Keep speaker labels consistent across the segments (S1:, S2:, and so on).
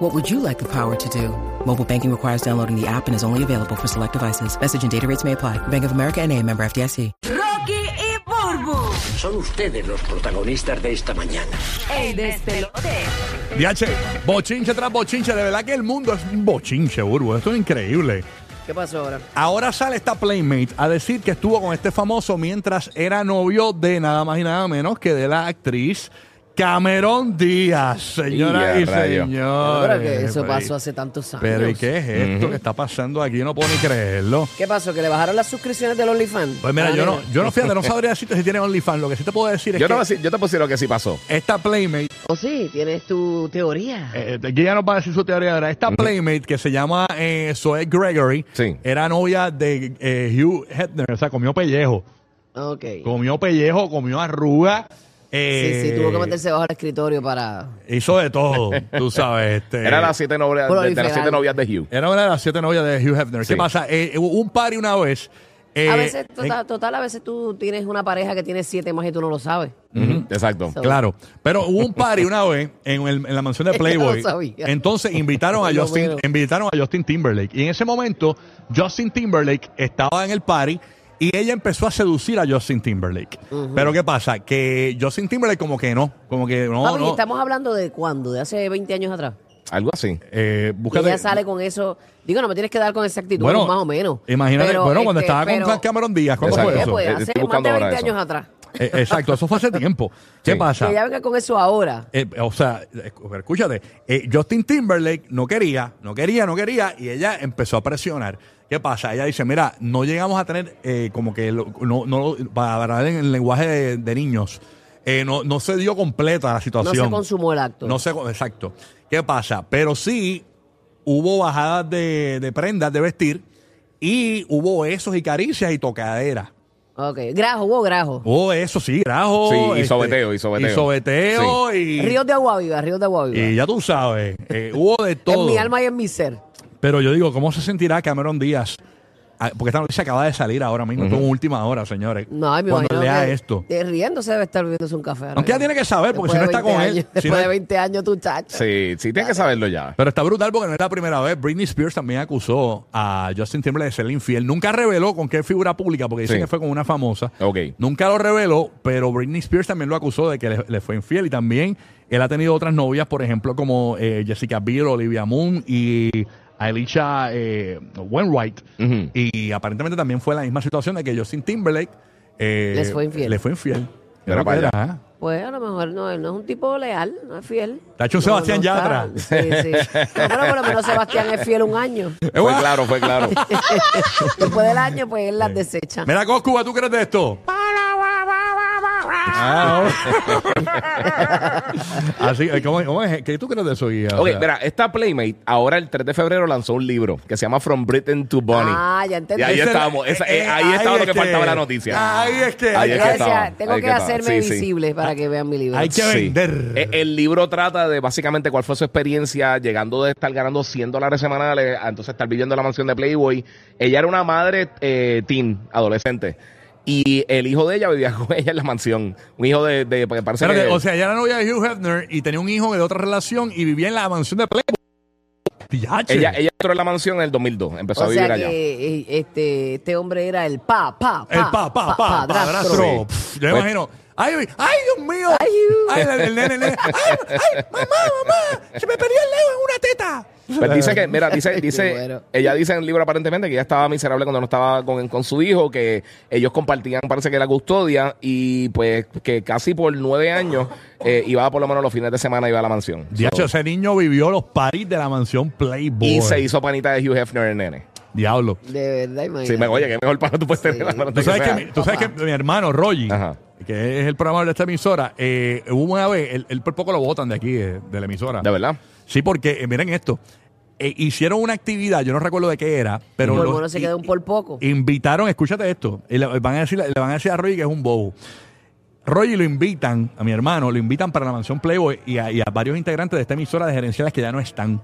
S1: What would you like the power to do? Mobile banking requires downloading the app and is only available for select devices. Message and data rates may apply. Bank of America and a member FDIC.
S2: Rocky y Burbu.
S3: Son ustedes los protagonistas de esta mañana.
S2: El despelote.
S4: Diache, bochinche tras bochinche, de verdad que el mundo es un bochinche, Burbu, esto es increíble.
S5: ¿Qué pasó ahora?
S4: Ahora sale esta Playmate a decir que estuvo con este famoso mientras era novio de nada más y nada menos que de la actriz Cameron Díaz, señoras
S6: Ya,
S4: y
S6: rayo.
S4: señores.
S5: Pero que eso
S4: Pero,
S5: pasó
S4: ¿y-
S5: hace tantos años.
S4: Pero ¿y qué es esto que está pasando aquí? No puedo ni creerlo.
S5: ¿Qué pasó? ¿Que le bajaron las suscripciones del OnlyFans?
S4: Pues mira,
S5: Ah,
S4: yo no, yo no fíjate, no sabría decirte si tiene OnlyFans. Lo que sí te puedo decir es
S6: Yo,
S4: que
S6: te voy a decir- yo te pusieron que sí pasó.
S4: esta Playmate
S5: ¿O Oh, sí? ¿Tienes tu teoría?
S4: Eh, aquí ya nos va a decir su teoría ahora. Esta Playmate que se llama eh, Zoe Gregory
S6: Sí.
S4: era novia de eh, Hugh Hefner, o sea, comió pellejo.
S5: Ok.
S4: Comió pellejo, comió arruga. eh,
S5: Sí, sí, tuvo que meterse bajo el escritorio para...
S4: Hizo de todo, tú sabes. este,
S6: Era las siete novias
S5: Bueno,
S6: de, de las
S5: literal.
S6: siete novias de Hugh.
S4: era una de las siete novias de Hugh Hefner.
S6: Sí.
S4: ¿Qué pasa? Eh, hubo un party una vez. eh,
S5: a veces,
S4: en-
S5: total, total, a veces tú tienes una pareja que tiene siete más y tú no lo sabes.
S6: Ujú, Exacto.
S5: So-
S4: Claro, pero hubo un party una vez en, el- en la mansión de Playboy.
S5: No sabía.
S4: Entonces invitaron a
S5: Lo
S4: Justin,
S5: bueno.
S4: invitaron a Justin Timberlake y en ese momento Justin Timberlake estaba en el party y ella empezó a seducir a Justin Timberlake. Pero qué pasa que Justin Timberlake como que no, como que no,
S5: Papi,
S4: no.
S5: estamos hablando de cuándo, de hace 20 años atrás.
S6: Algo así.
S4: Eh,
S5: Que
S4: búscate-
S5: ella sale con eso... Digo, no me tienes que dar con exactitud, más o menos.
S4: Imagínate,
S5: Pero,
S4: bueno, cuando
S5: este,
S4: estaba
S5: pero-
S4: con Cameron Díaz, ¿cuándo
S6: Exacto.
S4: fue
S5: ¿Qué,
S4: eso?
S5: pues?
S6: Eh,
S5: Hace más
S6: estoy
S5: de
S6: buscando ahora
S5: 20
S6: eso.
S5: años atrás.
S4: Eh, exacto, eso fue hace tiempo. ¿Qué
S6: Sí.
S4: pasa?
S5: Que ella venga con eso ahora.
S4: Eh, o sea, escu- escúchate, eh, Justin Timberlake no quería, no quería, no quería, y ella empezó a presionar. ¿Qué pasa? Ella dice, mira, no llegamos a tener eh, como que, lo- no, no, para hablar en el lenguaje de, de niños, eh, no, no se dio completa la
S5: No
S4: situación.
S5: se consumó el acto.
S4: No sé, exacto. ¿Qué pasa? Pero sí hubo bajadas de, de prendas de vestir y hubo besos y caricias y tocaderas.
S5: Ok, grajo, hubo grajo.
S4: Hubo eso, sí, grajo.
S6: Sí, y sobeteo, y sobeteo.
S4: Y sobeteo y...
S5: Ríos de agua viva, ríos de agua viva.
S4: Y ya tú sabes, eh, hubo de todo.
S5: En mi alma y en mi ser.
S4: Pero yo digo, ¿cómo se sentirá Cameron Díaz? Ah, Porque esta noticia acaba de salir ahora mismo, esto es última hora, señores.
S5: No, ay, me
S4: Cuando
S5: imagino
S4: lea
S5: que
S4: esto.
S5: de riéndose debe estar bebiéndose un café. ahora
S4: Aunque ella
S5: mismo.
S4: tiene que saber, porque si no
S5: Después de
S4: está con
S5: 20
S4: él. si
S5: años,
S4: no-
S5: después de 20 años, tu chacha.
S6: Sí, sí, tienes que saberlo ya.
S4: pero está brutal porque no es la primera vez. Britney Spears también acusó a Justin Timberlake de ser infiel. Nunca reveló con qué figura pública, porque dicen
S6: Sí.
S4: que fue con una famosa.
S6: Ok.
S4: Nunca lo reveló, pero Britney Spears también lo acusó de que le, le fue infiel. Y también él ha tenido otras novias, por ejemplo, como eh, Jessica Biel, Olivia Moon y Alicia eh, Wainwright.
S6: Ujú.
S4: Y aparentemente también fue la misma situación de que Justin Timberlake eh,
S5: Les fue infiel.
S4: le fue infiel.
S6: Era
S4: Creo que
S6: para allá.
S4: era, ¿eh?
S5: Pues a lo mejor no, él no es un tipo leal, no es fiel.
S4: Está hecho un
S5: No,
S4: Sebastián
S5: no está.
S4: Yatra.
S5: Sí, sí. No, pero por lo menos Sebastián es fiel un año.
S6: Fue claro, fue claro.
S5: Después del año, pues él las desecha.
S4: Mira, Coscuba, ¿tú crees de esto? Ah, Así, eh, ¿cómo, cómo es? ¿Qué tú crees de eso, Guía? O
S6: Ok,
S4: sea,
S6: mira, esta Playmate ahora el 3 de febrero lanzó un libro que se llama From Britain to Bonnie.
S5: Ah, ya entendí.
S6: Y ahí
S4: Ese-
S6: estábamos. esa- eh,
S4: eh,
S6: ahí estaba
S4: ahí
S6: lo que
S4: es que-
S6: faltaba en la noticia.
S4: ahí es que-
S6: Ahí
S4: Yo
S6: es
S5: Yo
S6: que
S5: decía,
S6: estaba,
S5: tengo
S6: ahí
S5: que
S6: estaba.
S5: hacerme
S6: Sí, sí.
S5: visible
S4: Ah,
S5: para que vean mi libro.
S4: Hay que
S6: Sí.
S4: vender.
S6: E- El libro trata de básicamente cuál fue su experiencia llegando de estar ganando 100 dólares semanales a entonces estar viviendo en la mansión de Playboy. Ella era una madre eh, teen, adolescente. Y el hijo de ella vivía con ella en la mansión. Un hijo de... de porque parece
S4: Espérate,
S6: que-
S4: o sea, ella era novia de Hugh Hefner y tenía un hijo de otra relación y vivía en la mansión de Playboy. Pillache.
S6: ella, ella entró en la mansión en el 2002. Empezó a
S5: O
S6: vivir
S5: sea
S6: allá.
S5: que eh, este, este hombre era el pa, pa, pa.
S4: el pa, pa, pa, pa, padrastro.
S6: Sí.
S4: Pff, Yo me
S6: Pues-
S4: imagino. Ay, ay, Dios mío. Ay, el, el nene, el nene. Ay, ay, mamá, mamá. Se me perdió el leo en una teta.
S6: Pues dice que, mira, dice, dice,
S5: bueno.
S6: ella dice en el libro aparentemente que ella estaba miserable cuando no estaba con, con su hijo, que ellos compartían, parece que la custodia, y pues que casi por nueve años eh, iba por lo menos los fines de semana iba a la mansión.
S4: Diacho, ese niño vivió los paris de la mansión Playboy.
S6: Y se hizo panita de Hugh Hefner el nene.
S4: Diablo.
S5: De verdad, imagínate.
S6: Sí, me, oye, qué mejor pana tú puedes
S5: Sí.
S6: tener. hermano,
S4: Tú
S6: que
S4: sabes, que
S6: sea.
S4: mi, tú sabes que mi hermano, Rogi,
S6: Ajá.
S4: que es el programador de esta emisora, eh, hubo una vez, él, él por poco lo botan de aquí, eh, de la emisora.
S6: De verdad.
S4: Sí, porque eh, miren esto. eh, hicieron una actividad, yo no recuerdo de qué era, pero...
S5: Por
S4: los-
S5: bueno, se
S4: i-
S5: quedó un por poco.
S4: Invitaron, escúchate esto, y le, van a decir, le van a decir a Roy que es un bobo. Roy lo invitan, a mi hermano, lo invitan para la mansión Playboy y a, y a varios integrantes de esta emisora de gerenciales que ya no están.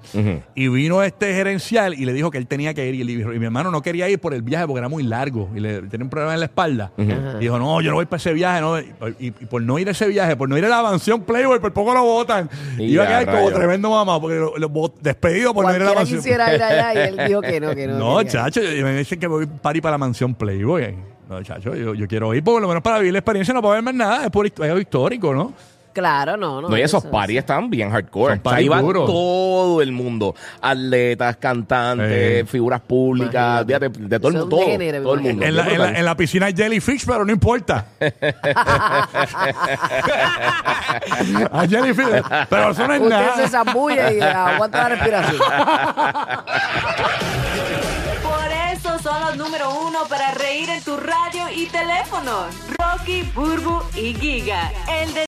S4: Y vino este gerencial y le dijo que él tenía que ir. Y, le- y mi hermano no quería ir por el viaje porque era muy largo y le tenía un problema en la espalda. Y dijo, no, yo no voy para ese viaje. no". Y, y- y por no ir a ese viaje, por no ir a la mansión Playboy, por poco lo votan.
S6: Y
S4: Iba a
S6: a
S4: quedar como
S6: rayos.
S4: tremendo mamá porque lo, lo bot- despedido por no ir a la
S5: Cualquiera
S4: mansión.
S5: quisiera ir allá y él dijo que no, que no.
S4: No,
S5: quería.
S4: chacho, yo- me dicen que voy para ir para la mansión Playboy. No, chacho, yo, yo quiero ir, por lo menos para vivir la experiencia, no para ver más nada, es, por, es algo histórico, ¿no?
S5: Claro, no, no.
S6: No, y esos
S5: Oh, eso-
S6: parties están bien
S4: Son
S6: hardcore. O sea,
S4: parties
S6: ahí va
S4: duros.
S6: todo el mundo. Atletas, cantantes,
S4: Eh.
S6: figuras públicas, de, de- de todo el
S5: Eso
S6: mundo. Todo,
S5: es un género, me
S6: todo el
S5: imagino.
S6: mundo.
S4: En la, en la- en la piscina hay jellyfish, pero no importa. Hay jellyfish, pero eso no es
S5: Usted se
S4: nada.
S5: zambulle y aguanta la respiración.
S2: Por eso son los número uno para reír en tu radio y teléfono. Rocky, Burbu y Giga. El de